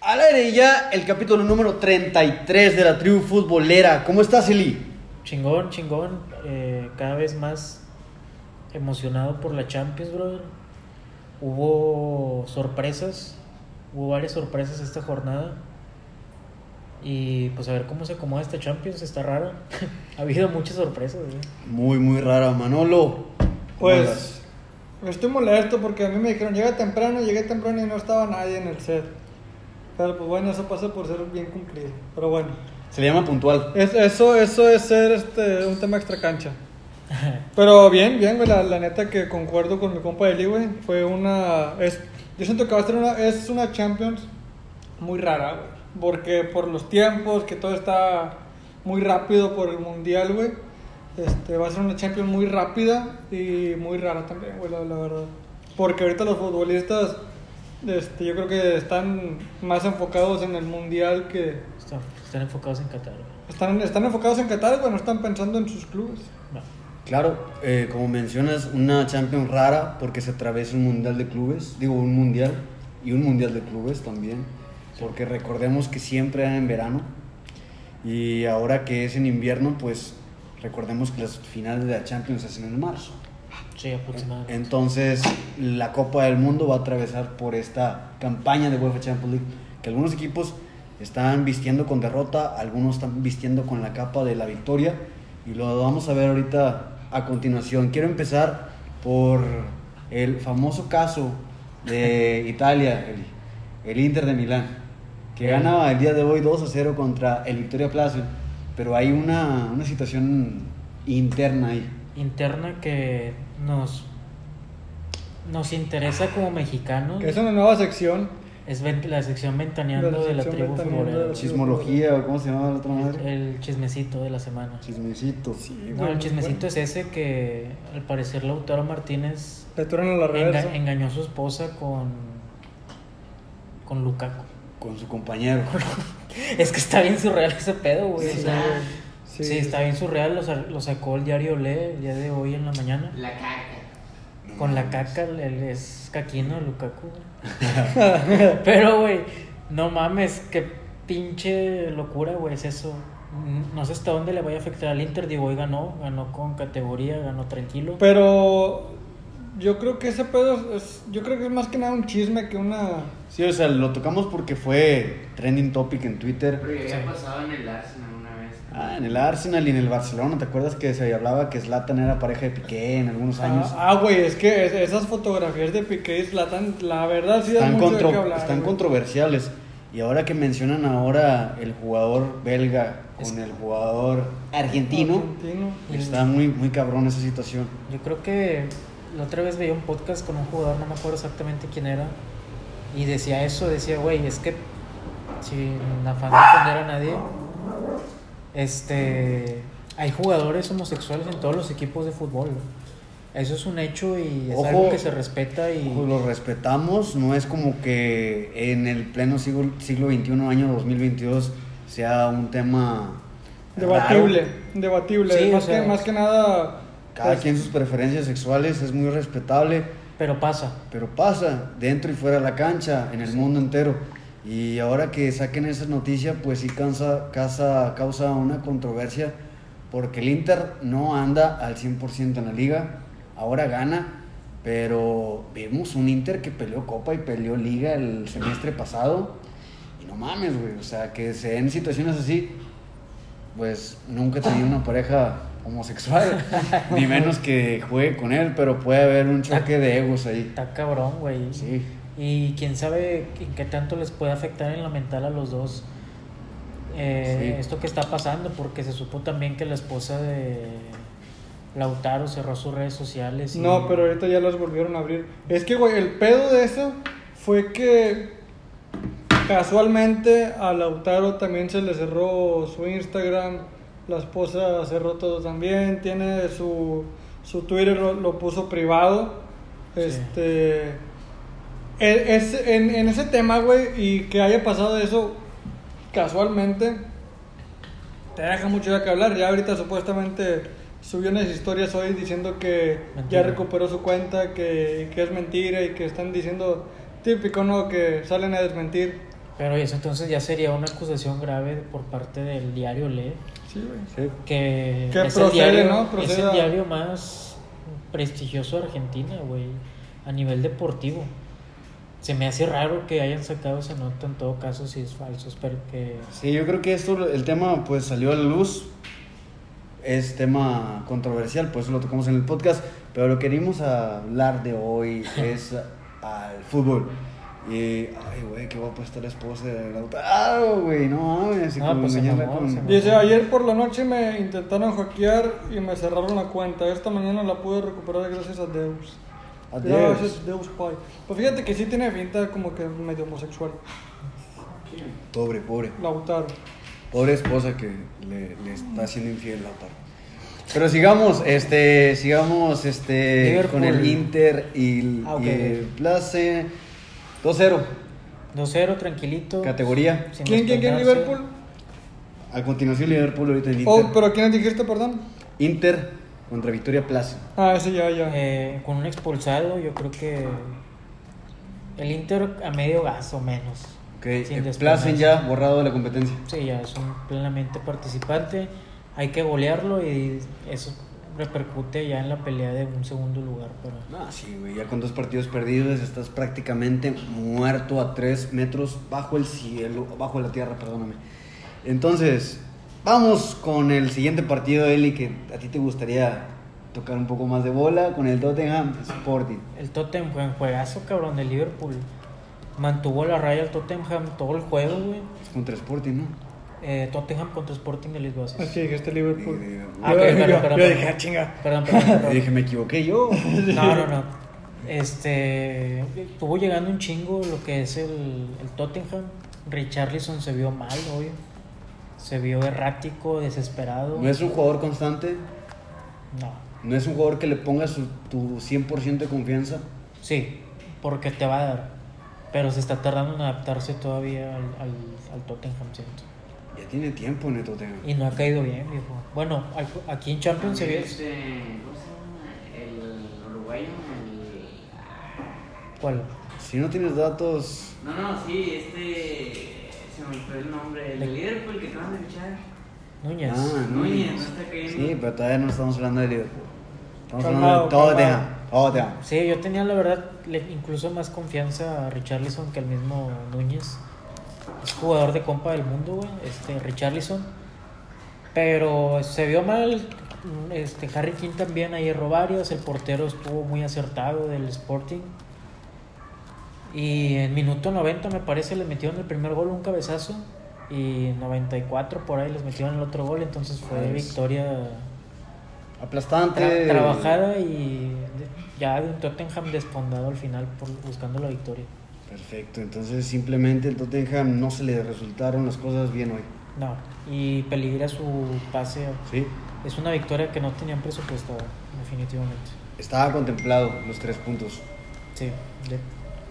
Al aire ya el capítulo número 33 de la tribu futbolera. ¿Cómo estás, Eli? Chingón, chingón. eh, cada vez más emocionado por la Champions, brother. Hubo sorpresas. Hubo varias sorpresas esta jornada. Y pues a ver cómo se acomoda esta Champions. Está raro. ha habido muchas sorpresas. ¿eh? Muy, güey. muy rara, Manolo. Pues estoy molesto porque a mí me dijeron, llega temprano, llegué temprano y no estaba nadie en el set. Pero pues bueno, eso pasa por ser bien cumplido. Pero bueno, Se le llama puntual. es- eso, eso es ser este, un tema extra cancha. Pero bien, bien, güey, la, la neta que concuerdo con mi compa Eli, güey. Fue una... Es, yo siento que va a ser una... Es una Champions muy rara, güey. Porque por los tiempos, que todo está muy rápido por el Mundial, güey. Este, va a ser una Champions muy rápida y muy rara también, güey, la, la verdad. Porque ahorita los futbolistas, este, yo creo que están más enfocados en el Mundial que... Están, están enfocados en Qatar. güey. Están, están enfocados en Qatar, güey, no están pensando en sus clubes. No. Claro, eh, como mencionas, una Champions rara porque se atraviesa un mundial de clubes, digo un mundial y un mundial de clubes también, porque recordemos que siempre era en verano y ahora que es en invierno, pues recordemos que las finales de la Champions hacen en marzo. Sí, aproximadamente. Entonces, la Copa del Mundo va a atravesar por esta campaña de UEFA Champions League, que algunos equipos están vistiendo con derrota, algunos están vistiendo con la capa de la victoria, y lo vamos a ver ahorita a continuación. Quiero empezar por el famoso caso de Italia, el, el Inter de Milán, que gana el día de hoy 2 a 0 contra el Victoria Plaza, pero hay una, una situación interna ahí. Interna que nos, nos interesa como mexicanos. Que es una nueva sección. Es ven- la sección ventaneando La de la sección tribu ventaneando de futbolera. la Chismología, o cómo se llama la otra madre. El, el chismecito de la semana. Chismecito. Sí, No, el chismecito es ese que al parecer Lautaro Martínez Le truenan la enga- reversa. engañó a su esposa con con Lukaku. Con su compañero. Es que está bien surreal ese pedo, güey. o Sí, sea, güey. sí, está bien surreal. Lo, sa- lo sacó el diario Le el día de hoy en la mañana. La caca. Con la caca, el- el- es caquino Lukaku. güey. Pero, güey, no mames, qué pinche locura, güey, es eso. No sé hasta dónde le vaya a afectar al Inter. Digo, hoy ganó, ganó con categoría, ganó tranquilo. Pero yo creo que ese pedo es, yo creo que es más que nada un chisme que una Sí, o sea, lo tocamos porque fue trending topic en Twitter. Pero ya había pasado en el Arsenal una vez. Ah, en el Arsenal y en el Barcelona. ¿Te acuerdas que se hablaba que Zlatan era pareja de Piqué en algunos años? Ah, ah, güey, es que es- esas fotografías de Piqué y Zlatan, la verdad sí están dan mucho de contro- qué hablar. están güey. controversiales. Y ahora que mencionan ahora el jugador belga Es- con el jugador argentino, Argentino. está muy, muy cabrón esa situación. Yo creo que la otra vez veía un podcast con un jugador, no me acuerdo exactamente quién era, y decía eso, decía, güey, es que sin afán de ofender a nadie, este, hay jugadores homosexuales en todos los equipos de fútbol. Eso es un hecho y es Ojo. algo que se respeta y Ojo, Pues lo respetamos, no es como que en el pleno siglo, siglo XXI, año 2022, sea un tema Debatible, raro. debatible. Sí, más, o sea, que, más que nada. Cada pues, quien sus preferencias sexuales es muy respetable, pero pasa. pero pasa dentro y fuera de la cancha, en el mundo entero. Y ahora que saquen esa noticia, pues sí cansa, casa- causa una controversia, porque el Inter no anda al 100% en la liga, ahora gana, pero vimos un Inter que peleó Copa y peleó Liga el semestre pasado, y no mames, güey, o sea, que se den situaciones así, pues nunca he tenido una pareja homosexual, ni menos que juegue con él, pero puede haber un choque de egos ahí. Está cabrón, güey. Sí. Y quién sabe en qué tanto les puede afectar en la mental a los dos eh, Sí. esto que está pasando, porque se supo también que la esposa de Lautaro cerró sus redes sociales. y- No, pero ahorita ya las volvieron a abrir. Es que, güey, el pedo de eso fue que casualmente a Lautaro también se le cerró su Instagram, la esposa cerró todo también, tiene su, su Twitter, lo, lo puso privado. Sí. Este. e- es- en, en ese tema, güey, y que haya pasado eso casualmente, te deja mucho ya que hablar. Ya ahorita supuestamente subió unas historias hoy diciendo que Mentira. ya recuperó su cuenta, que, que es mentira y que están diciendo típico, ¿no? Que salen a desmentir. Pero eso entonces ya sería una acusación grave por parte del diario Le, Sí, güey. Sí. que, Que es, procede, el diario, ¿no? es Procede el a- diario más prestigioso de Argentina, güey, a nivel deportivo. Se me hace raro que hayan sacado esa nota en todo caso si es falso, espero que... Sí, yo creo que esto, el tema pues salió a la luz, es tema controversial, por eso lo tocamos en el podcast, pero lo que venimos a hablar de hoy es al fútbol. Y, ay, güey, qué guapa está la esposa del Lautaro, güey, no mames, y Ah, como pues, se engañarla mamó, con- se mamó. Dice, ayer por la noche me intentaron hackear y me cerraron la cuenta. Esta mañana la pude recuperar gracias a Deus. A Deus. Gracias, Deus Pai. Pues fíjate que sí tiene pinta como que medio homosexual. Pobre, pobre, Lautaro. pobre esposa que le, le está haciendo infiel Lautaro. Pero sigamos, este, sigamos, este, con el Liverpool. Inter y, el- Ah, ok. y el Place 2-0, 2-0, tranquilito. categoría. sin ¿Quién, quién, quién? despertarse. Liverpool. A continuación Liverpool ahorita el Inter. Oh, pero ¿quién dijiste, perdón? Inter contra Victoria Plaza. Ah, ese ya, ya. Eh, con un expulsado, yo creo que el Inter a medio gas o menos. Ok, sin eh, despeinarse. Plaza ya borrado de la competencia. Sí, ya es un plenamente participante. Hay que golearlo y eso repercute ya en la pelea de un segundo lugar. Para... Ah, sí, güey, ya con dos partidos perdidos estás prácticamente muerto a tres metros bajo el cielo, bajo la tierra, perdóname. Entonces, vamos con el siguiente partido, Eli, que a ti te gustaría tocar un poco más de bola con el Tottenham Sporting. El Tottenham fue un juegazo, cabrón, de Liverpool. Mantuvo la raya el Tottenham todo el juego, güey. Es contra Sporting, ¿no? Eh, Tottenham contra Sporting de Lisboa. Así dijiste este Liverpool. Y- Ah, ok, Yo- yo- perdón, perdón, yo perdón. dije, ah, chinga. Perdón, perdón, perdón. Y dije, me equivoqué yo. No, no, no. Este. Estuvo llegando un chingo lo que es el, el Tottenham. Richarlison se vio mal hoy. Se vio errático, desesperado. No es un jugador constante, No. No es un jugador que le pongas su- tu 100% de confianza. Sí, porque te va a dar. Pero se está tardando en adaptarse todavía al, al- al Tottenham, siento. Ya tiene tiempo en el Tottenham. Y no ha caído bien, viejo. Bueno, al- aquí en Champions se También vio. este, ¿cómo se llama? El uruguayo, el... ah, ¿Cuál? Si no tienes datos, No, no, sí, este... Se me fue el nombre. El Le- de Liverpool que acaban de fichar. Núñez. Ah, Núñez, no está cayendo. sí, pero todavía no estamos hablando de Liverpool. Estamos hablando Calmado, de Tottenham. Tottenham. Sí, yo tenía la verdad le- incluso más confianza a Richarlison que al mismo Núñez. Es jugador de Copa del Mundo, güey, este Richarlison. Pero se vio mal. Este Harry King también ahí erró varios. El portero estuvo muy acertado del Sporting. Y en minuto 90 me parece le metieron el primer gol un cabezazo. Y 94 por ahí les metieron el otro gol. Entonces fue Madres. victoria Aplastante. Tra- trabajada y de- ya de un Tottenham despondado al final por, buscando la victoria. Perfecto, entonces simplemente el Tottenham no se le resultaron las cosas bien hoy. No, y peligra su pase. Sí. Es una victoria que no tenían presupuestada, definitivamente. Estaba contemplado los tres puntos Sí, de-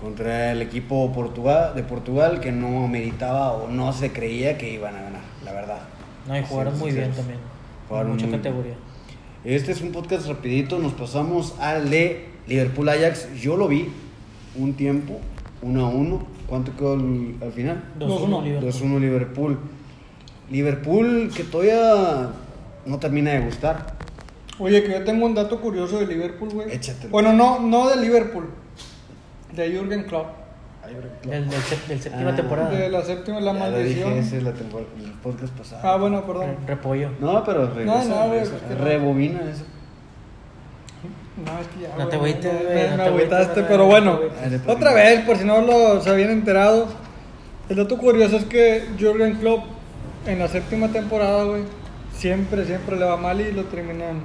contra el equipo Portugal, de Portugal que no meritaba o no se creía que iban a ganar, la verdad. no, y jugaron Sí, muy sí, bien sí. también. Jugaron mucha muy bien. categoría. Este es un podcast rapidito, nos pasamos al de Liverpool Ajax. Yo lo vi un tiempo, uno a uno. ¿Cuánto quedó al, al final? 2-1 2-1, Liverpool. 2-1 Liverpool. Liverpool que todavía no termina de gustar. Oye, que yo tengo un dato curioso de Liverpool, güey. Échatelo. Bueno, no, no de Liverpool. De Jürgen Klopp. El del, sep- del séptima Ah. temporada. De la séptima, Ya la lo maldición. dije, ese es la temporada, el podcast pasado. Ah, bueno, Re- perdón. Repollo. No, pero regresa, No, no, regresa. güey, pues que no. rebobina eso. No, es que ya, No te güey, agüites, me- güey, no Me, me te agüites, agüitaste, no te pero bueno. agüites, pues, güey. Dale, Otra platica. vez, por si no lo se habían enterado. El dato curioso es que Jürgen Klopp en la séptima temporada, güey, siempre, siempre le va mal y lo terminan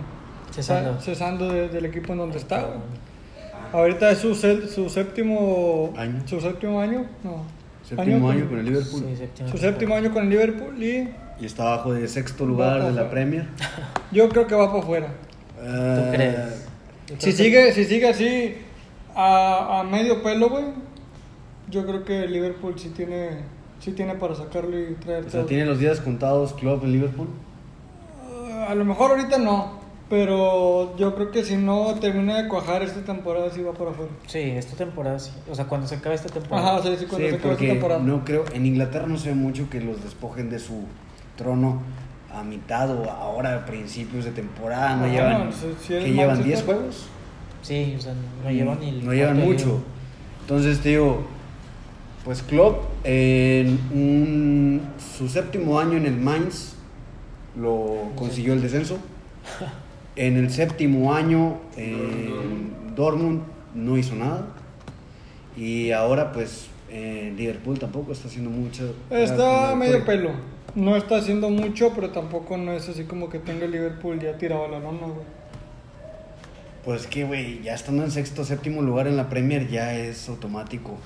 Cesando. sa- cesando de- del equipo en donde está, güey. Ahorita es su, sel- su séptimo Año. Su séptimo año, no. Séptimo año con- con el Liverpool. Sí, séptima Su temporada. séptimo año con el Liverpool y Y está abajo de sexto lugar Bajo, de la güey. Premier. yo creo que va para afuera. Eh, ¿Tú crees? Yo Si creo que- sigue, si sigue así a, a medio pelo, güey, yo creo que Liverpool sí tiene, sí tiene para sacarlo y traer O sea, tiene los días contados Club en Liverpool. a lo mejor ahorita no, Pero yo creo que si no termina de cuajar esta temporada, sí va para afuera. Sí, esta temporada sí. O sea, cuando se acabe esta temporada. Ajá, o sea, sí, cuando Sí, se acabe esta porque temporada. no creo, en Inglaterra no se ve mucho que los despojen de su trono a mitad o ahora a principios de temporada, no Ah, llevan, no, si- si eres ¿qué llevan Manchester. 10 juegos? Sí, o sea, no Mm. llevan ni el No llevan cuarto mucho. Entonces, te digo, pues Klopp en un- su séptimo año en el Mainz lo consiguió el descenso. En el séptimo año en Dortmund no hizo nada. Y ahora pues en Liverpool tampoco está haciendo mucho. Ah, pues, Está medio pelo. No está haciendo mucho, pero tampoco no es así como que tenga el Liverpool ya tirado a la lona, güey. Pues que, güey, ya estando en sexto, séptimo lugar en la Premier ya es automático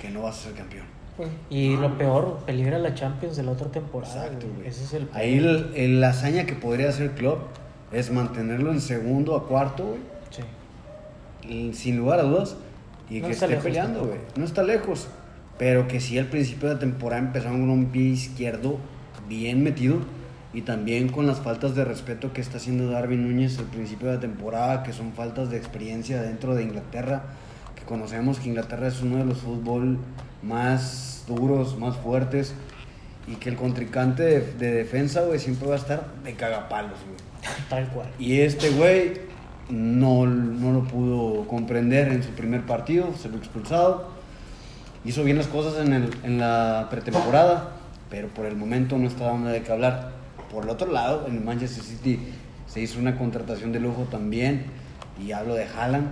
que no vas a ser campeón. Pues, Y lo peor, peligra la Champions de la otra temporada. Exacto, güey. Ese es el peor. Ahí el- el- la hazaña que podría hacer Klopp es mantenerlo en segundo a cuarto, güey, Sí. l- mm, sin lugar a dudas, y No que está esté lejos peleando, tampoco. güey. No está lejos, pero que sí al principio de la temporada empezaron con un pie izquierdo bien metido y también con las faltas de respeto que está haciendo Darwin Núñez al principio de la temporada, que son faltas de experiencia dentro de Inglaterra, que conocemos que Inglaterra es uno de los fútbol más duros, más fuertes. Y que el contrincante de, de defensa, güey, siempre va a estar de cagapalos, güey. Tal cual. Y este güey no, no lo pudo comprender en su primer partido, se lo expulsado. Hizo bien las cosas en, el- en la pretemporada, pero por el momento no está dando de qué hablar. Por el otro lado, en el Manchester City se hizo una contratación de lujo también, y hablo de Haaland,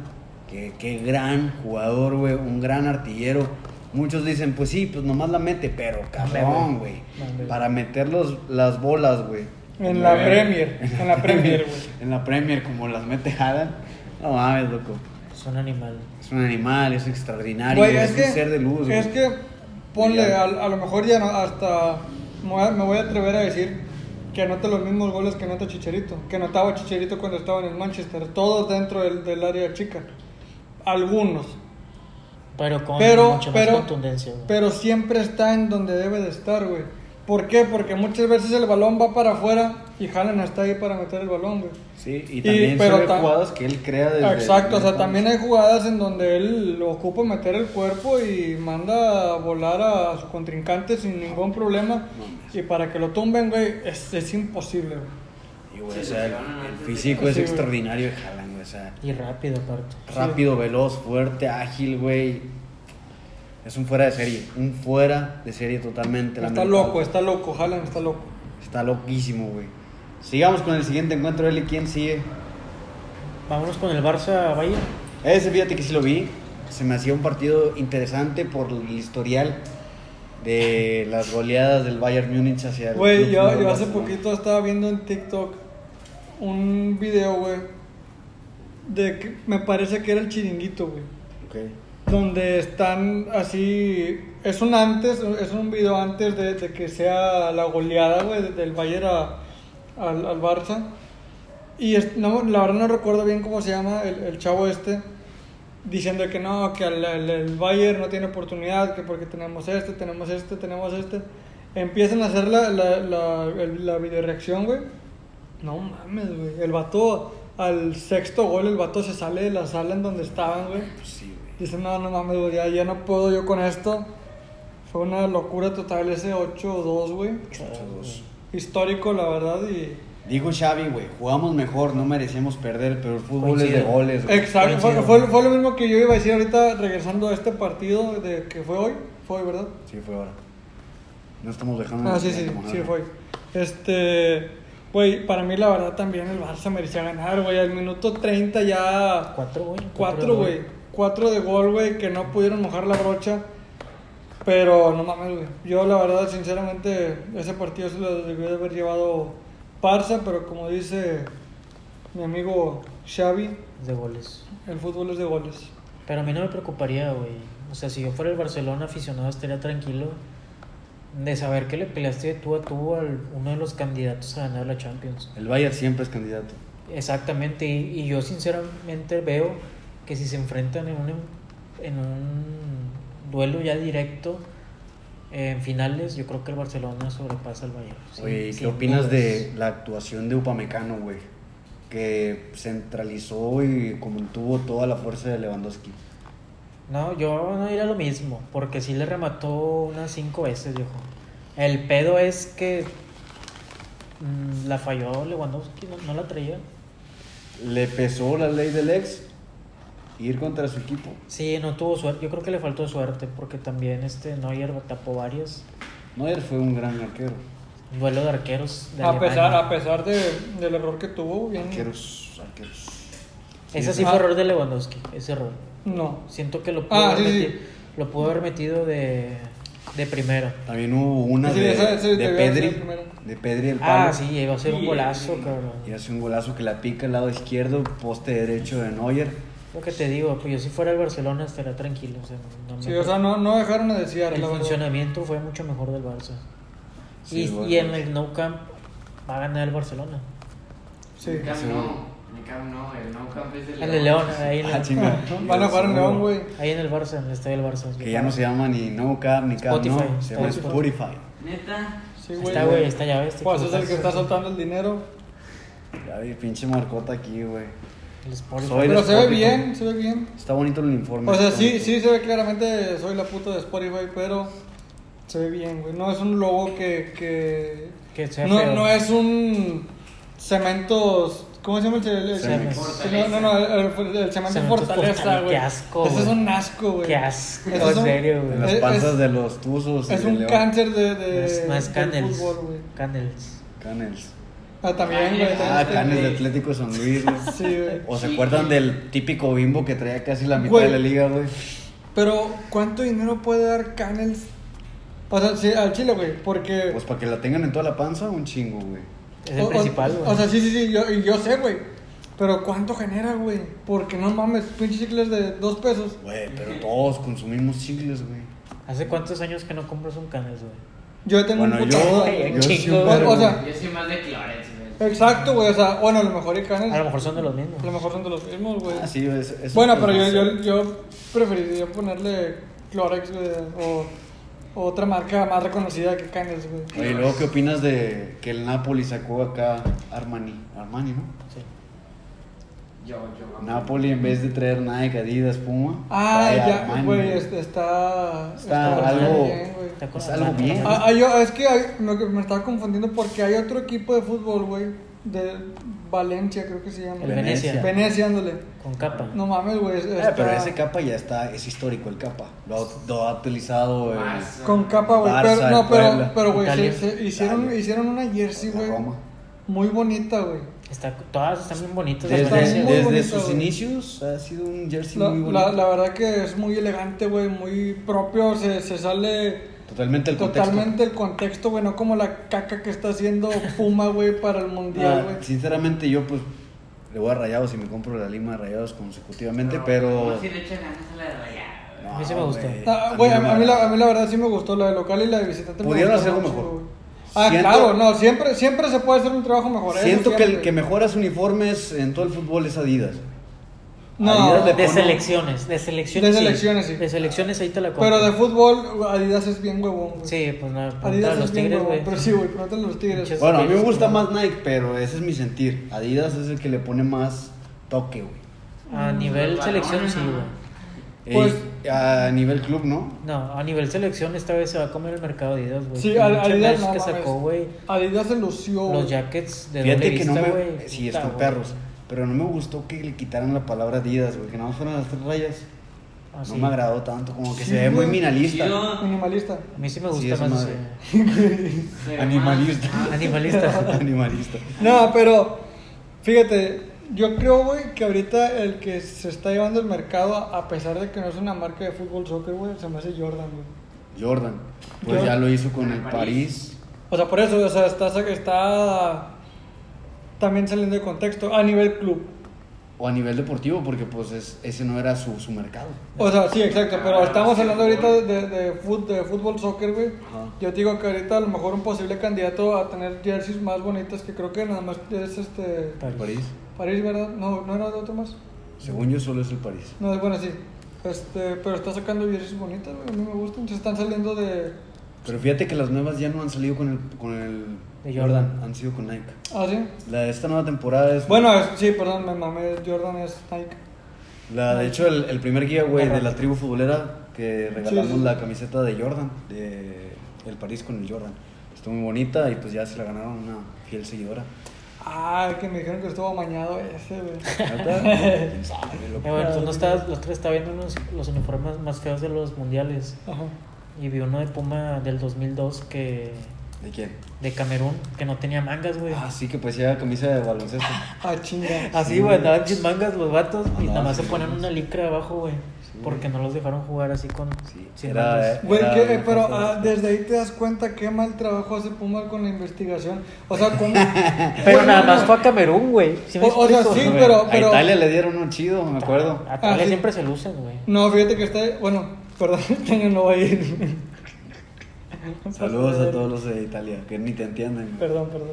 que qué gran jugador, güey, un gran artillero. Muchos dicen, pues sí, pues nomás la mete, pero cabrón, güey. Mame. Para meter los, las bolas, güey. en la Premier. En la Premier, güey. Eh, En la Premier, como las mete Haaland. No mames, loco. Es un animal. Es un animal, es extraordinario, Güey, es, es, que, un ser de luz. es güey. que, ponle, Ya. a, a lo mejor ya no- hasta, me voy a- me voy a atrever a decir que anota los mismos goles que anota Chicharito, que anotaba Chicharito cuando estaba en el Manchester, todos dentro del, del área chica, algunos, Pero con pero, mucha más pero, contundencia. güey. pero siempre está en donde debe de estar, güey. ¿Por qué? Porque muchas veces el balón va para afuera y Haaland está ahí para meter el balón, güey. Sí, y y- también pero se ve ta- jugadas que él crea desde. Exacto, o sea, desde- también hay jugadas en donde él lo ocupa meter el cuerpo y manda a volar a su contrincante sin ningún problema. Y para que lo tumben, güey, es, es imposible, güey. Y, güey, Sí, o sea, el, sí, sí. el físico es Sí, güey. extraordinario de Haaland, güey. O sea, Y rápido, aparte. rápido, veloz, fuerte, ágil, güey. Es un fuera de serie, un fuera de serie totalmente. Está lamentable. loco, está loco, Jalan está loco. Está loquísimo, güey. Sigamos con el siguiente encuentro, Eli. ¿Quién sigue? Vámonos con el Barça Bayern. Ese fíjate que sí lo vi. Se me hacía un partido interesante por el historial de las goleadas del Bayern Múnich hacia el. Güey, Club yo, Fútbol yo hace Barcelona. poquito estaba viendo en TikTok un video, güey, de que me parece que era el chiringuito, güey. Ok. donde están así es un antes es un video antes de, de que sea la goleada güey de- del Bayern a- al, al Barça y es- no, la verdad no recuerdo bien cómo se llama el, el chavo este diciendo que no que al- el, el Bayern no tiene oportunidad que porque tenemos este tenemos este tenemos este empiezan a hacer la la la, el- la videoreacción güey no mames güey el vato al sexto gol el vato se sale de la sala en donde estaban güey Pues sí, güey. Dice, no, no mames, güey, ya, ya no puedo yo con esto. Fue una locura total ese 8-2, güey. 8-2. Histórico, la verdad, y... Dijo Xavi, güey, jugamos mejor, no merecemos perder, pero el fútbol Coincido. es de goles, güey. Exacto, fue, coincido. fue- fue lo mismo que yo iba a decir ahorita regresando a este partido de que fue hoy, fue hoy, ¿verdad? Sí, fue ahora. No estamos dejando. Ah, el sí, sí, siguiente, sí, ¿no? fue. Este, güey, para mí la verdad también el Barça merecía ganar, güey, al minuto 30 ya... Cuatro, güey. Cuatro, de güey. gol. Cuatro de gol, güey, que no pudieron mojar la brocha. Pero no mames, güey. Yo, la verdad, sinceramente, ese partido se lo debió de haber llevado Parza, pero como dice mi amigo Xavi, De goles. el fútbol es de goles. Pero a mí no me preocuparía, güey. O sea, si yo fuera el Barcelona aficionado, estaría tranquilo de saber que le peleaste de tú a tú a uno de los candidatos a ganar la Champions. El Bayern siempre es candidato. Exactamente, y, y yo sinceramente veo que si se enfrentan en un, en- en un duelo ya directo eh, en finales, yo creo que el Barcelona sobrepasa al Bayern. pues, sin- Oye, ¿y ¿qué sin opinas dudas. de la actuación de Upamecano, güey? que centralizó y contuvo toda la fuerza de Lewandowski. No, yo no diría lo mismo, porque sí le remató unas cinco veces, viejo. El pedo es que mm, la falló Lewandowski, no, no la traía. Le pesó la ley del ex ir contra su equipo. Sí, no tuvo suerte, yo creo que le faltó suerte, porque también este Neuer tapó varias. Neuer fue un gran arquero. Duelo de arqueros de A pesar, Alemania. a pesar de- del error que tuvo, bien. Arqueros, arqueros. Ese esa- sí fue error de Lewandowski, ese error. No. Siento que lo pudo, Ah, haber, sí, meti- sí. Lo pudo haber metido de, de primero. También hubo una Sí, de, esa- esa de debió haber sido Pedri. primero. De Pedri el palo. Ah, sí, iba a ser un Sí. golazo, cabrón. Y hace un golazo que la pica al lado izquierdo, poste derecho de Neuer. Lo que te digo, pues yo si fuera el Barcelona estaría tranquilo. o sea, no me- Sí, o sea, no, no dejaron a desear. el la verdad. funcionamiento fue mucho mejor del Barça. Sí, y, bueno. y en el Nou Camp va a ganar el Barcelona. Sí. El Camp Sí. no. El Camp no. El no Camp es el El de León, ahí en el, Ah, chinga. Van a jugar en León, güey. ahí en el Barça, en el estadio del Barça. Que ya no se llama ni No Cap ni Cap, no. Spotify, Se llama Spotify. Spotify. Neta. Sí, güey. Está, güey, está ya ves. te Pues es el que está equivocaste. soltando el dinero. Ya vi, pinche marcota aquí, güey. El Spotify. Soy- Pero se ve Spotify. bien, se ve bien. Está bonito el uniforme. O sea, está sí, bonito. sí se ve claramente, soy la puta de Spotify, pero se ve bien, güey. No es un logo que... que... Que sea no, feo. no es un cemento... ¿Cómo se llama el cemento? Cemex. no, no, no, el, el- el cemento Cemento fortaleza, Fortaleza, güey. qué asco, Ese es güey. un asco, güey. Qué asco, Eso es en un- serio, En güey. las Es- panzas es- de los Tuzos. y Es de un León. cáncer de, de, No es, no es del Canels. fútbol, güey. Canels. Canels. Ah, también, güey. Ah, Ah, también Canels de güey. Atlético San Luis, güey. está- Sí, güey. O se Sí. acuerdan del típico bimbo que traía casi la mitad Güey. de la liga, güey. Pero, ¿cuánto dinero puede dar Canels? O sea, sí, al chile, güey, porque... Pues para que la tengan en toda la panza, un chingo, güey. Es el O- o- principal, güey. O sea, sí, sí, sí, yo, y yo sé, güey. Pero ¿cuánto genera, güey? Porque no mames, pinches chicles de dos pesos. Güey, pero todos consumimos chicles, güey. ¿Hace cuántos años que no compras un Canels, güey? Yo tengo Bueno, un yo, putazo. Güey, yo chingo, sí güey. un vergo. O sea- Yo soy más de Clarence, güey. Exacto, güey. O sea, bueno, a lo mejor y canes. A lo mejor son de los mismos. Pues, A lo mejor son de los mismos, güey. Ah, sí, es- es- bueno, pero yo, pues, yo, yo preferiría ponerle Clorex, güey. O, o otra marca más reconocida que Canes, güey. Oye, ¿y luego, ¿qué opinas de que el Napoli sacó acá Armani? Armani, ¿no? Sí. Yo, yo. Napoli en vez de traer Nike, Adidas, Puma. Ah, trae ya, Armani, Eh, güey. este- Está. Está algo- güey. Está con Es la algo mano, bien. la mano. Ah, hay- es que hay- me, me estaba confundiendo porque hay otro equipo de fútbol, güey, de Valencia, creo que se llama. El Venecia. Venecia, ándole. Con capa. ah. No mames, güey. es- Eh, está- pero ese capa ya está, es histórico el capa. Lo, ha- lo ha utilizado eh, el Más. Con capa, güey. Barça, Pero, no, el pero, Puebla, pero, güey, Italia. se- se hicieron, Italia. hicieron una jersey, la güey. Roma. Muy bonita, güey. Está, todas están bien bonitas. las Desde, Venecia. muy desde bonito, sus güey. inicios ha sido un jersey La, muy la- bonito. la verdad que es muy elegante, güey, muy propio, se, se sale Totalmente el contexto. totalmente el contexto, güey, no como la caca que está haciendo Puma, güey, para el Ah, Mundial, güey. sinceramente, yo pues le voy a rayados y me compro la lima de rayados consecutivamente, Como pero. si le echa ganas a la de Rayada, güey. A mí sí me gustó. güey, Ah, güey, a, no me a mí la, agrada. a mí la verdad sí me gustó la de local y la de visitante. me Pudieron gustó hacerlo mucho, mejor. güey. Ah, Siento- claro, no, siempre, siempre se puede hacer un trabajo mejor. eso Siento que el siempre. que mejoras uniformes en todo el fútbol es Adidas. No, Adidas le De pone- selecciones, de selecciones. De selecciones, sí. De selecciones ahí te la compro. Pero de fútbol, Adidas es bien huevón, güey. Sí, pues no, Adidas para es los bien Tigres, huevón, güey. Pero sí, güey, pregúntale a los Tigres. Pinches- Bueno, a mí me Sí, gusta sí. más Nike, pero ese es mi sentir. Adidas es el que le pone más toque, güey. A Mm, nivel selección, sí, güey. Ey, Pues- Eh, a nivel club, ¿no? No, a nivel selección, esta vez se va a comer el mercado de Adidas, güey. Sí, Pinche Ad- Adidas merch no que mames. sacó, güey. Adidas se lució, Los güey. jackets de doble Fíjate que vista, no güey. me. Sí, Puta, están güey. perros. Pero no me gustó que le quitaran la palabra Adidas, güey, que nada más fueran las tres rayas. Ah, no sí. me agradó tanto, como que Sí, se ve muy güey. minimalista. Chido. Minimalista. A mí sí me gusta Sí, es más madre. ese- Se ve Animalista. más- más- Animalista. Animalista. No, pero fíjate, yo creo, güey, que ahorita el que se está llevando el mercado, a pesar de que no es una marca de fútbol soccer, güey, se me hace Jordan, güey. Jordan, pues Jordan. ya lo hizo con el París. París. O sea, por eso, o sea, está, está también saliendo de contexto a nivel club. O a nivel deportivo, porque pues es- ese no era su, su mercado. O sea, sí, exacto, pero estamos hablando ahorita de, de, fut- de fútbol, soccer, güey. Ajá. Yo digo que ahorita a lo mejor un posible candidato a tener jerseys más bonitas, que creo que nada más es este... El París. París, ¿verdad? No, no era de otro más. Según yo, solo es el París. No, bueno, sí. Este, pero está sacando jerseys bonitas, güey. A mí me gustan. Se están saliendo de, Pero fíjate que las nuevas ya no han salido con el, con el De Jordan. Jordan. han sido con Nike. Ah, sí. La de esta nueva temporada es. Bueno, es- sí, perdón, me mamé. Jordan es Nike. La, de hecho, el, el primer giveaway Ajá. de la tribu futbolera que regalamos Sí, sí. la camiseta de Jordan, de el París con el Jordan. Estuvo muy bonita y pues ya se la ganaron una fiel seguidora. Ah, que me dijeron que estuvo amañado ese, güey. ¿Neta? ¿Quién sabe, Eh, loco? bueno, tú no estabas, los tres estaban viendo unos- los uniformes más feos de los mundiales. Ajá. Y vi uno de Puma del 2002 que. ¿De quién? de Camerún, que no tenía mangas, güey. Ah, sí, que parecía camisa de baloncesto. Ah, chinga. Así, sí, güey, güey. andaban sin mangas los vatos y Ah, Andaban nada más se sin ponen mangas. una licra abajo, güey. Sí. Porque no los dejaron jugar así con. Sí, sin era- mangas. Güey, Era que- una eh, pero falta de ah, desde ahí te das cuenta qué mal trabajo hace Puma con la investigación. O sea, ¿cómo? Pero Bueno, nada no. más fue a Camerún, güey. ¿Sí me O- o sea, explico? sí, pero- A Italia le dieron un chido, me acuerdo. A Ah, Italia sí. siempre se lucen, güey. No, fíjate que está. Bueno, perdón, este año no va a ir. Saludos a todos los de Italia, que ni te entienden. Pues, eh, Perdón, perdón.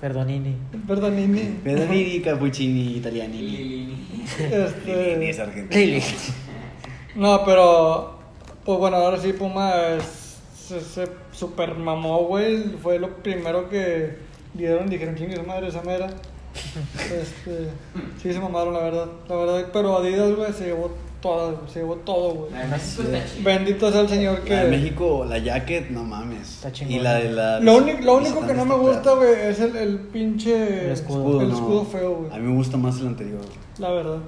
Perdonini. Perdón, Nini. Pedrini, Cappuccini, Italiani. Este, es argentino. Lili. no, pero. Pues bueno, ahora sí, Puma es- se, se super mamó, güey. Fue lo primero que dieron. Dijeron, ¿quién es madre esa mera? Este, sí, se mamaron, la verdad. La verdad, pero Adidas, güey, se llevó todo, se llevó todo, güey. La de México está chida. Bendito sea el Señor que. La de México, la jacket, no mames. Está chingona. y la de la. Lo único, lo único que no me está gusta, perra. güey, es el, el pinche. El El escudo. escudo, el no. escudo feo, güey. A mí me gusta más el anterior. La verdad.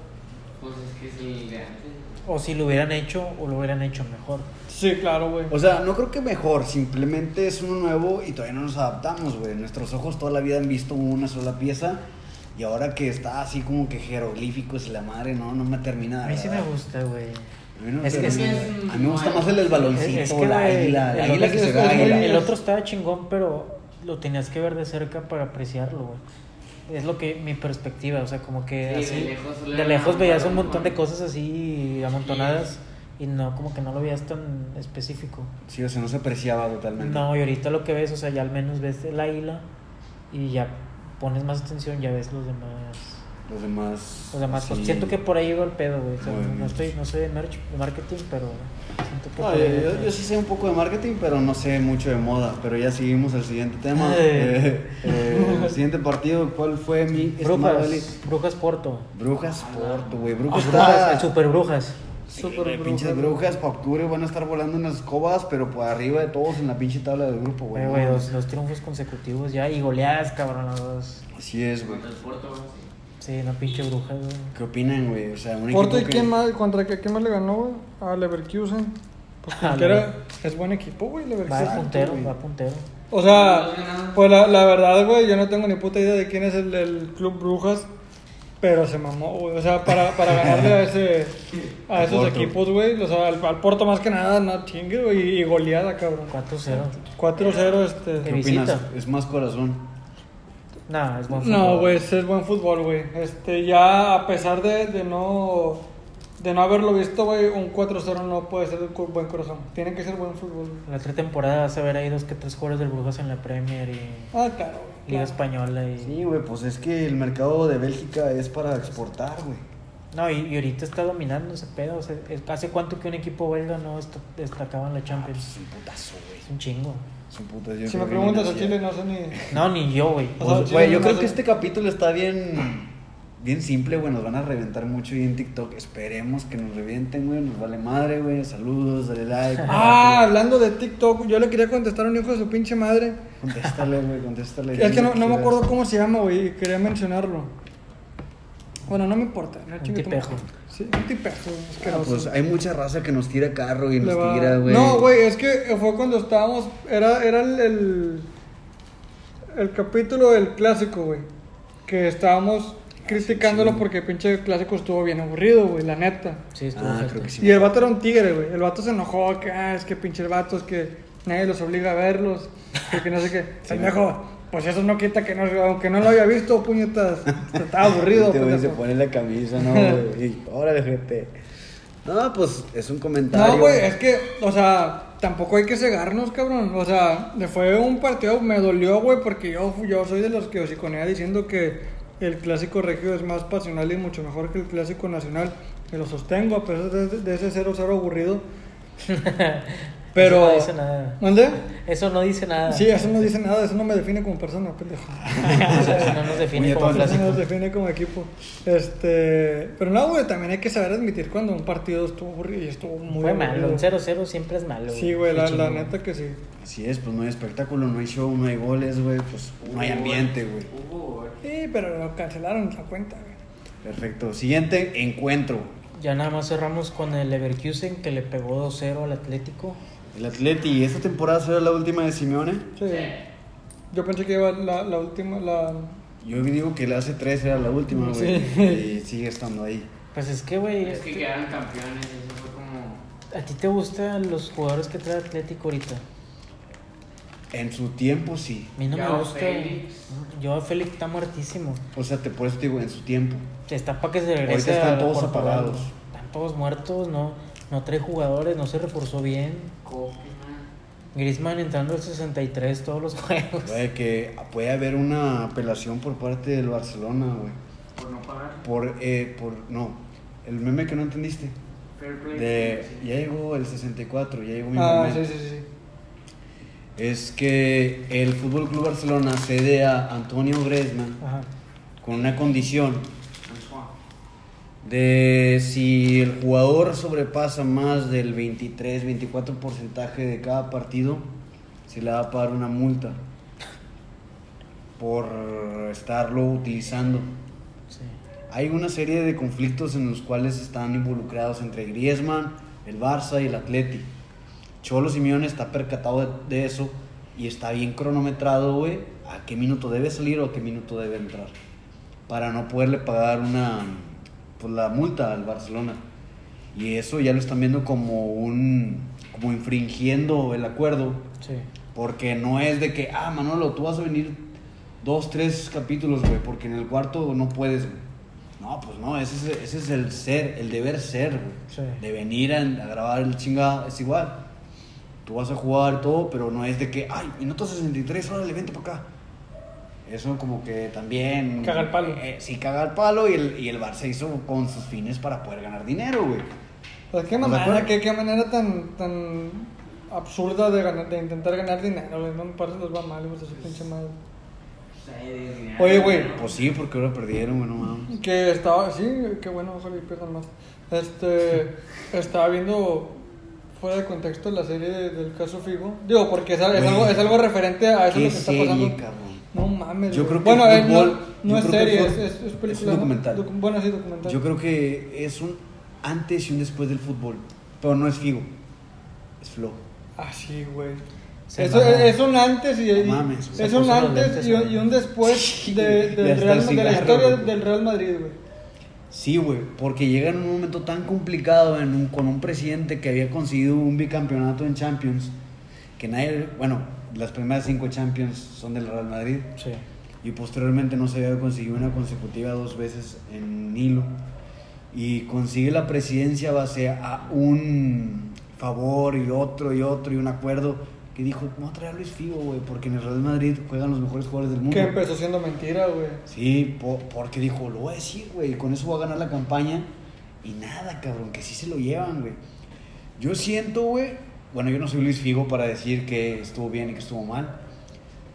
Pues es que es el de antes. O si lo hubieran hecho, o lo hubieran hecho mejor. Sí, claro, güey. O sea, no creo que mejor, simplemente es uno nuevo y todavía no nos adaptamos, güey. Nuestros ojos toda la vida han visto una sola pieza y ahora que está así como que jeroglíficos y la madre, no, no me termina. A de mí sí me agradar. gusta, güey. A mí, no me Es que- es termina. que- A mí me gusta más el del baloncito, Es que, la güey, águila, la el águila que otro- se ve águila. El otro estaba chingón, pero lo tenías que ver de cerca para apreciarlo, güey. Es lo que mi perspectiva, o sea, como que Sí, así de lejos solo de era lejos una veías un mano, montón de mano. cosas así amontonadas y no como que no lo veías tan específico. Sí, o sea, no se apreciaba totalmente. No, y ahorita lo que ves, o sea, ya al menos ves el águila y ya pones más atención, ya ves los demás. Los demás. Los demás, pues, sí. siento que por ahí va el pedo, güey. O sea, no Movimientos. estoy no soy de merch- de marketing, pero siento que No, por yo, ahí va el yo- pedo. yo sí sé un poco de marketing, pero no sé mucho de moda. Pero ya seguimos al siguiente tema. Eh. Eh, eh, el siguiente partido, ¿cuál fue mi estimado Eli? Brujas, Brujas Porto. Brujas Porto, güey. Ah, Brujas Ah, Brujas, está. el Eh, super brujas. Sí, Súper güey, brujas. pinches brujas para octubre van a estar volando en las escobas, pero por arriba de todos en la pinche tabla del grupo, güey. Eh, güey, dos, dos triunfos consecutivos ya y goleadas, cabrón, las dos. Así es, güey. Contra el Porto, sí. Sí, no pinche brujas, güey. ¿Qué opinan, güey? O sea, un Porto y equipo que- quién más, contra qué, quién más le ganó, güey. A Leverkusen. Pues Ah, cualquiera. Es buen equipo, güey, Va Leverkusen. Exacto, puntero, güey. va puntero. O sea, pues la, la verdad, güey, yo no tengo ni puta idea de quién es el, el Club Brujas. Pero se mamó, güey. O sea, para, para ganarle a ese. A Al esos Porto. equipos, güey. O sea, al, al Porto más que nada, no chingue, güey. Y goleada, cabrón. 4-0. 4-0, este. ¿Qué De opinas? visita. Es más corazón. Nah, es buen No, fútbol. güey, ese es buen fútbol, güey. Este, ya a pesar de, de no de no haberlo visto, güey, un 4-0 no puede ser un cu- buen corazón. Tiene que ser buen fútbol. güey. La otra temporada vas a ver ahí dos que tres jugadores del Brujas en la Premier y Ah, claro. Liga güey, claro. Española y... Sí, güey, pues es que el mercado de Bélgica es para exportar, güey. No, y, y ahorita está dominando ese pedo. o sea, es- ¿Hace cuánto que un equipo belga no est- destacaba en la Champions? Es un putazo, güey. Es un chingo. Es un putazo. Yo Si creo me que ni preguntas a nacía. Chile, no sé ni. No, ni yo, güey. O sea, Pues, Chile güey, yo no creo nace. que este capítulo está bien, bien simple, güey. Nos van a reventar mucho y en TikTok. Esperemos que nos revienten, güey. Nos vale madre, güey. Saludos, dale like. Ah, hablando de TikTok, yo le quería contestar a un hijo de su pinche madre. Contéstale, güey, contéstale. Es que Dime no, no me quieras. acuerdo cómo se llama, güey, y quería mencionarlo. Bueno, no me importa. no chingue tu madre. tipejo. Sí, un tipejo. Ah, asqueroso. pues hay mucha raza que nos tira carro y Le nos va- tira, güey. No, güey, es que fue cuando estábamos. Era, era el, el. el capítulo del clásico, güey. Que estábamos criticándolo porque pinche clásico estuvo bien aburrido, güey, la neta. Sí, estuvo Ah, ojete. creo que sí. Y el vato era un tigre, güey. El vato se enojó, que "Ah, es que pinche vatos, que nadie los obliga a verlos. Porque no sé qué. Pendejo, pues eso no quita que no, aunque no lo haya visto, puñetas. Estaba aburrido, Este güey se pendejo. pone la camisa, ¿no, güey? Y, Órale, gente. No, pues es un comentario. No, güey, es que, o sea, tampoco hay que cegarnos, cabrón. O sea, le fue un partido, me dolió, güey, porque yo, fu- yo soy de los que osiconea diciendo que el clásico regio es más pasional y mucho mejor que el clásico nacional. Que lo sostengo a pesar de, de ese 0-0 aburrido. Eso Pero. no dice nada. ¿Mande? Eso no dice nada. Sí, eso no dice nada, eso no me define como persona, pendejo. O sea, eso no nos define Oye, como todo el Ah, Eso clásico. no nos define como equipo. Este. Pero no, güey, también hay que saber admitir cuando un partido estuvo aburrido y estuvo muy. Fue malo, un aburrido. 0-0 siempre es malo. Sí, güey, la, Qué la chingón. neta que sí. Así es, pues no hay espectáculo, no hay show, no hay goles, güey, pues no hay Hubo gol, ambiente, güey. Hubo gol. Sí, pero lo cancelaron la cuenta, güey. Perfecto. Siguiente encuentro. Ya nada más cerramos con el Leverkusen que le pegó 2-0 al Atlético. El Atleti, ¿esta temporada será la última de Simeone? Sí. Yo pensé que iba la, la última, la... Yo digo que la hace tres era la última, güey. Sí. Y sigue estando ahí. Pues es que, güey, Es que este- quedaron campeones, eso fue como. ¿a ti te gustan los jugadores que trae Atlético ahorita? En su tiempo sí. A mí no me Joao gusta. Félix. Yo a Félix está muertísimo. O sea, te por eso te digo, en su tiempo. Está para que se regrese. Ahorita están a todos Portugal. apagados. Están todos muertos, no, no trae jugadores, no se reforzó bien. Coque, Griezmann entrando al 63 todos los juegos. Güey, que puede haber una apelación por parte del Barcelona, güey. por no pagar. Por, eh, por, no, el meme que no entendiste. Fair play. De, sí. ya llegó el 64, ya llegó mi Ah, momento. sí, sí, sí. Es que el Fútbol Club Barcelona cede a Antonio Griezmann Ajá. con una condición Antoine. de si el jugador sobrepasa más del 23, 24 porcentaje de cada partido, se le va a pagar una multa por estarlo utilizando. Sí. Hay una serie de conflictos en los cuales están involucrados entre Griezmann, el Barça y el Atleti. Cholo Simeone está percatado de, de eso y está bien cronometrado, güey, a qué minuto debe salir o a qué minuto debe entrar. Para no poderle pagar una pues, la multa al Barcelona. Y eso ya lo están viendo como un como infringiendo el acuerdo Sí. porque no es de que, ah, Manolo, tú vas a venir dos, tres capítulos, güey, porque en el cuarto no puedes, güey. No, pues no, ese es, ese es el ser, el deber ser, güey. Sí. De venir a, a grabar el chinga es igual. Tú vas a jugar y todo, pero no es de que, ay, minuto 63, órale, vente para acá. Eso como que también... Caga el palo. Eh, sí, caga el palo y el, y el Barça hizo con sus fines para poder ganar dinero, güey. Pues qué ¿Estás de manera, acuerdo? qué, qué manera tan, tan absurda de, ganar- de intentar ganar dinero, güey. No me parece que les va mal, güey, de su pinche madre. O sea, de dinero, Oye, güey, ¿no? Pues sí, porque ahora perdieron, güey, no mames. Que estaba, sí, qué bueno, ojalá y pierdan más. Este, estaba viendo fuera de contexto la serie de- del caso Figo. Digo, porque es, al- es Güey, algo, es algo referente a Ah, eso lo que Qué está serie, pasando. cabrón. No mames. Yo güey. creo que bueno, el eh, no- fútbol- no, yo es creo que el serie, es, fútbol- es, es película. es un documental. docu- bueno, sí, documental. Yo creo que es un antes y un después del fútbol, pero no es Figo, es Flo. Ah, sí, güey. Se Eso, mamó. es un antes y, y- No mames, güey. es Se un puso los antes lentes, y, un- güey. y un después de, Y del hasta el Real- de la cigarro, historia güey. del Real Madrid, güey. Sí, güey, porque llega en un momento tan complicado en un- con un presidente que había conseguido un bicampeonato en Champions, que nadie, bueno, las primeras cinco Champions son del Real Madrid, Sí. y posteriormente no se había conseguido una consecutiva dos veces en hilo. Y consigue la presidencia base a un favor y otro y otro y un acuerdo que dijo, no voy a traer a Luis Figo, güey, porque en el Real Madrid juegan los mejores jugadores del mundo. Que empezó siendo mentira, güey. Sí, po- porque dijo, lo voy a decir, güey, y con eso voy a ganar la campaña. Y nada, cabrón, que sí se lo llevan, güey. Yo siento, güey, bueno, yo no soy Luis Figo para decir que estuvo bien y que estuvo mal.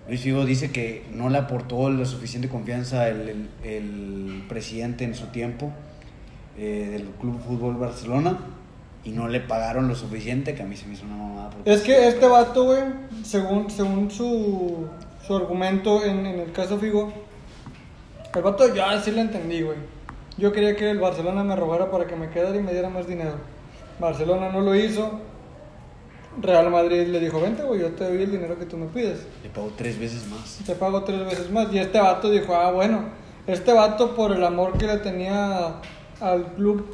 Luis Figo dice que no le aportó la suficiente confianza el, el- el presidente en su tiempo eh, del Club Fútbol Barcelona y no le pagaron lo suficiente, que a mí se me hizo una mamada. porque- Es que este vato, güey, según, según su, su argumento en, en el caso Figo, el vato ya sí le entendí, güey. Yo quería que el Barcelona me robara para que me quedara y me diera más dinero. Barcelona no lo hizo. Real Madrid le dijo, vente, güey, yo te doy el dinero que tú me pides. Le pagó tres veces más. Te pago tres veces más. Y este vato dijo, ah, bueno, este vato por el amor que le tenía al club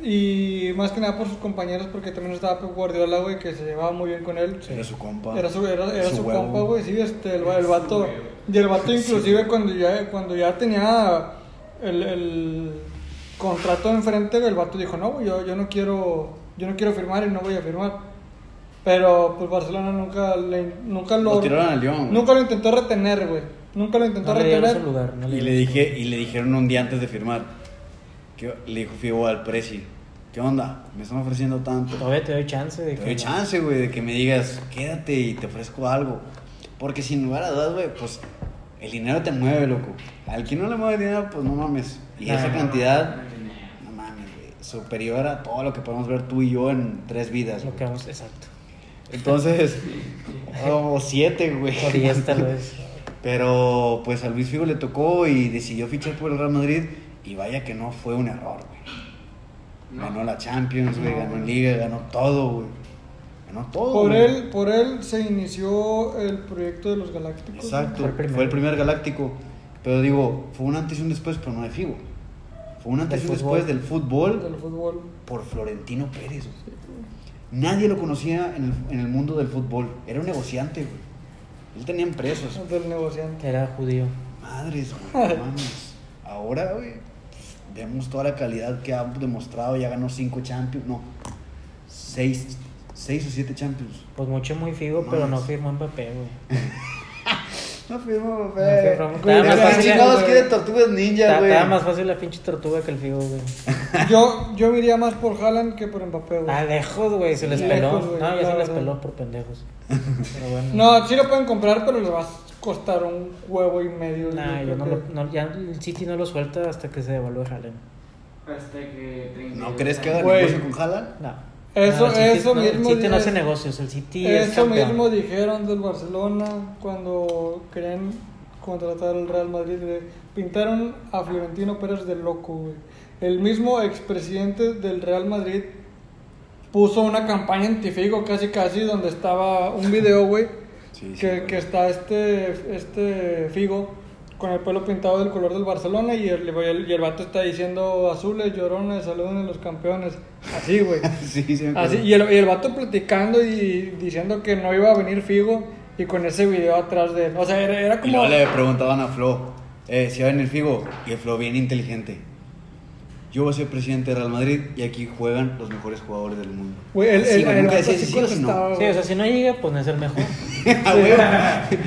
y más que nada por sus compañeros, porque también estaba Pep Guardiola, güey, que se llevaba muy bien con él. Era su compa. Era su, era, era su su, huevo. compa, güey, sí, este, el, va- el Su vato. huevo. Y el vato inclusive cuando ya, cuando ya tenía el, el contrato enfrente, güey, el vato dijo, no, güey, yo, yo no quiero, yo no quiero firmar y no voy a firmar. Pero pues Barcelona nunca le, nunca lo, Lo tiraron al León, güey. nunca lo intentó retener, güey. Nunca lo intentó No le dieron retener. su lugar. No Y le, dieron su dije, y le dijeron un día antes de firmar, que le dijo Figo al Presi, ¿qué onda? Me están ofreciendo tanto. Todavía te doy chance de Te doy chance, güey, de que me digas, quédate y te ofrezco algo. Porque sin lugar a dudas, güey, pues el dinero te mueve, loco. Al que no le mueve dinero, pues no mames. Y No, esa no, cantidad, no mames, güey, superior a todo lo que podemos ver tú y yo en tres vidas. Lo güey. que vamos, exacto. Entonces, o siete, güey. O 10 tal vez. Pero pues a Luis Figo le tocó y decidió fichar por el Real Madrid. Y vaya que no fue un error, güey. No. Ganó la Champions, güey, ganó en Liga, ganó todo, güey. Ganó todo. Por güey. él, por él se inició el proyecto de los Galácticos. Exacto, Fue fue el el, primero. primer galáctico. Pero digo, fue un antes y un después, pero no de Figo. Fue un antes y Del un fútbol. después del ¿no? fútbol Del fútbol. por Florentino Pérez. güey. Nadie lo conocía en el, en el mundo del fútbol. Era un negociante, güey. Él tenía empresas. Del negociante. Era judío. Madres, güey, no mames. Ahora, güey, pues, vemos toda la calidad que ha demostrado. Ya ganó cinco Champions. No, seis, seis o siete Champions. Pues mucho muy figo, No pero no mames. firmó en papel, güey. No firmó, güey. No firmó. Güey, Estaba más ¿qué fácil, chingados güey. quiere tortugas ninja, Está- güey? Estaba más fácil la pinche tortuga que el figo, güey. Yo, yo me iría más por Haaland que por Mbappé, güey. Ah, lejos, güey, se les Lejos, peló. güey, No, ya la se les verdad. peló por pendejos. Pero bueno. No, sí lo pueden comprar, pero les va a costar un huevo y medio. Nah, yo creo no que- lo, no, ya el City no lo suelta hasta que se devalúe Haaland. Hasta Este, que treinta y ¿No dos crees que haga años. Güey. negocio con Haaland? No. Eso- No, el City- eso no, mismo El City no es- hace negocios, el City es Eso campeón. mismo dijeron del Barcelona cuando querían contratar al Real Madrid. güey. Pintaron a Florentino Pérez de loco, güey. El mismo expresidente del Real Madrid puso una campaña antifigo casi casi donde estaba un video, güey, Sí, sí, que, güey. que está este, este Figo con el pelo pintado del color del Barcelona y el, y el, y el vato está diciendo azules, llorones, saluden a los campeones. Así, güey. sí, sí. me acuerdo. Así, Ah, y, el, y el vato platicando y diciendo que no iba a venir Figo y con ese video atrás de él. O sea, era, era Y como... luego le preguntaban a Flo, eh, si va en el Figo, y el Flo bien inteligente. Yo voy a ser presidente de Real Madrid y aquí juegan los mejores jugadores del mundo. Güey, el, Sí, el- güey, el nunca vato decía sí si sí o si no. contestaba, Sí, o sea, güey. si no llega, pues no es el mejor. A huevo.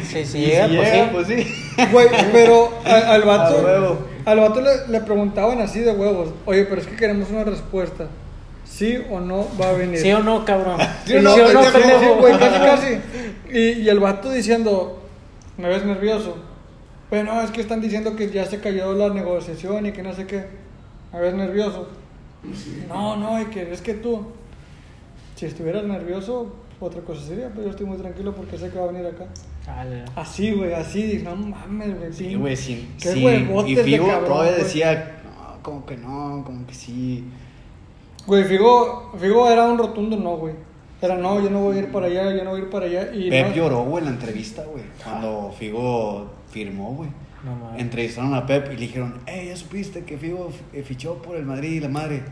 Sí, si Y llega, pues sí. pues sí. Güey, pero al, al vato, A huevo. al vato le, le preguntaban así de huevos. Oye, pero es que queremos una respuesta. ¿Sí o no va a venir? ¿Sí o no, cabrón? ¿Sí o no, pendejo? pendejo? Sí, güey, casi, casi. Y, y el vato diciendo, ¿me ves nervioso? Bueno, es que están diciendo que ya se cayó la negociación y que no sé qué. ¿Me ves nervioso? No, no, y que es que tú, si estuvieras nervioso, otra cosa sería, pero yo estoy muy tranquilo porque sé que va a venir acá. Chale. Así, güey, así, dije, no mames, güey. Sí, güey, sí. Qué sí. huevotes Y de Figo cabrón, todavía güey. decía, no, como que no, como que sí. Güey, Figo, Figo era un rotundo no, güey. Era no, yo no voy a ir para allá, yo no voy a ir para allá. Y Pep no- lloró, güey, en la entrevista, güey. Cuando Figo firmó, güey. No Ah. mames. Entrevistaron a Pep y le dijeron, hey, ya supiste que Figo eh, fichó por el Madrid y la madre.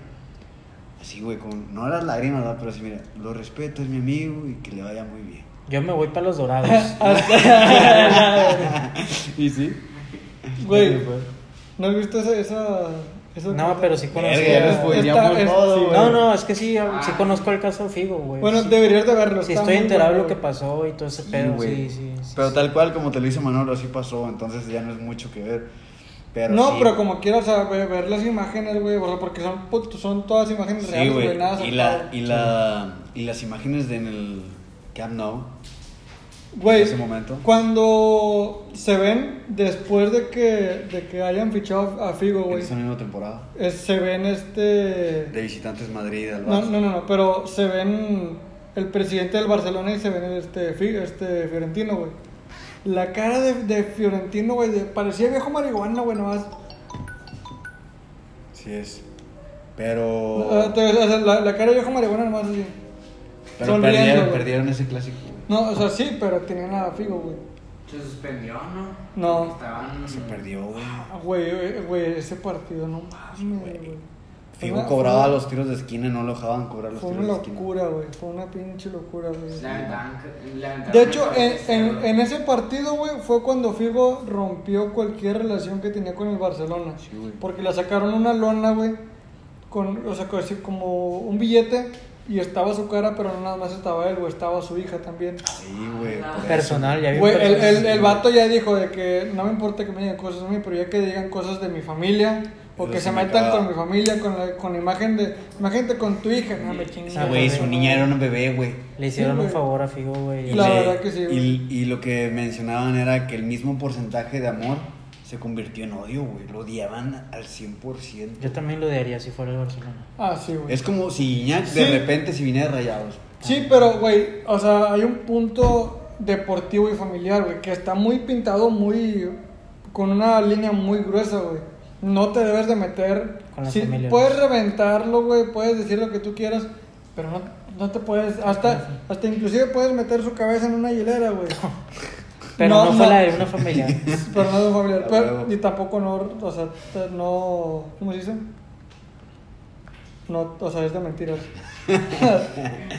Así, güey, con, no las lágrimas, ¿verdad? pero así, mira, lo respeto, es mi amigo y que le vaya muy bien. Yo me voy para los dorados. Ah, ¿Y sí? Güey, ¿no has visto esa... esa, esa No, pero sí Verga, conozco. ya Esta- nos spoileamos esta- todo, sí. güey. No, no, es que sí, sí conozco el caso Figo, güey. Bueno, sí, deberías de verlo. sí está estoy muy enterado de bueno, lo que güey. pasó y todo ese Sí, pedo, güey. sí, sí. sí, Pero sí. tal cual, como te lo dice Manolo, así pasó, entonces ya no es mucho que ver. Pero no, sí, pero como quieras ver, ver las imágenes, güey, o sea, porque son, put- son todas imágenes Sí, reales, güey. güey, nada Y, sacado. la, y, la, y las imágenes de en el Camp Nou. Güey, en ese momento. cuando se ven después de que, de que hayan fichado a Figo, En güey, esa misma temporada. es- se ven este... De visitantes Madrid al No, Barça. no, no, no, pero se ven el presidente del Barcelona y se ven el este, Fi- este Fiorentino, güey. La cara de, de Fiorentino, güey, de- parecía viejo marihuana, güey, nomás. Sí es. Pero. Ah, te- o sea, la, la cara de viejo marihuana nomás así. Pero Sonriendo, perdieron, güey. perdieron ese clásico, güey. No, o sea, sí, pero tenía nada figo, güey. Se suspendió, ¿no? No. Estaban... Se perdió, güey. Ah, Güey, güey, güey, ese partido, no mames, güey. Fue Figo una- cobraba fue- los tiros de esquina, no lo dejaban cobrar los Fue tiros una de esquina. locura, güey. Fue una pinche locura, güey. La aventaban- la aventaban De hecho, el en, en- tercero. en ese partido, güey, fue cuando Figo rompió cualquier relación que tenía con el Barcelona. Sí, güey. porque le sacaron una lona, güey, con, o sea, co- así como un billete y estaba su cara, pero no nada más estaba él, güey, estaba su hija también. Sí, güey. por eso. Personal, ya vi. Güey, el, personal. el, el vato ya dijo de que no me importa que me digan cosas a mí, pero ya que digan cosas de mi familia Porque Pero se se me metan acaba. con mi familia, con la, con la imagen de. Imagínate con tu hija, no me chingues. Ah, Güey, bebé. su niña era una bebé, güey. Le hicieron un güey. favor a Figo, güey. Y La le- verdad que sí, güey. Y, y lo que mencionaban era que el mismo porcentaje de amor se convirtió en odio, güey. Lo odiaban al 100%. Yo también lo daría si fuera el Barcelona. Ah, sí, güey. Es como si Iñak de Sí. repente si viniera de rayados. Sí, pero, güey, o sea, hay un punto deportivo y familiar, güey, que está muy pintado, muy. con una línea muy gruesa, güey. No te debes de meter. Con las sí, familias. puedes reventarlo, güey, puedes decir lo que tú quieras, pero no, no te puedes. Hasta, hasta inclusive puedes meter su cabeza en una hilera, güey. Pero no, fue no. la de una familia. pero no de un familiar. A Pero, huevo. y tampoco no, o sea, te- no. ¿Cómo se dice? No, o sea, es de mentiras.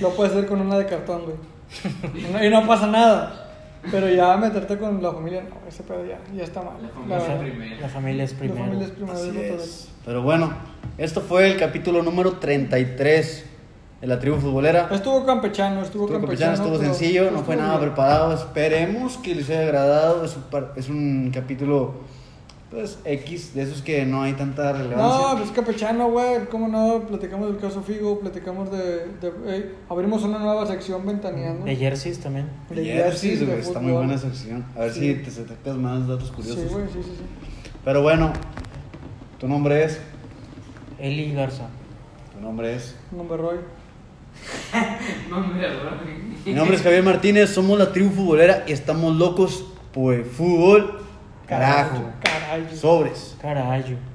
Lo puedes hacer con una de cartón, güey. Y no- Y no pasa nada. Pero ya meterte con la familia, no, ese pedo ya, ya está mal. La La familia verdad. es primero. La familia es La primero. familia es primero. Así es lo que- es. Pero bueno, esto fue el capítulo número 33 de la tribu futbolera. Estuvo campechano, estuvo, Estuvo campechano. campechano, estuvo pero sencillo, no fue estuvo nada bien. preparado. Esperemos que les haya agradado. Es un, par- es un capítulo, pues, X, de esos que no hay tanta relevancia. No, pues campechano, güey, cómo no, platicamos del caso Figo, platicamos de... de- eh, abrimos una nueva sección ventaneando. De jerseys también. de De jerseys, jerseys, de pues güey, está muy fútbol. buena esa pues, sección. A ver Sí. si te sacas más datos curiosos. Sí, güey, sí, sí, sí. Pero bueno, tu nombre es. Eli Garza. Tu nombre es. Nombre Roy. No me acuerdo. Mi nombre es Javier Martínez, somos la tribu futbolera y estamos locos por el fútbol. Carajo. Caray. Sobres. Carajo.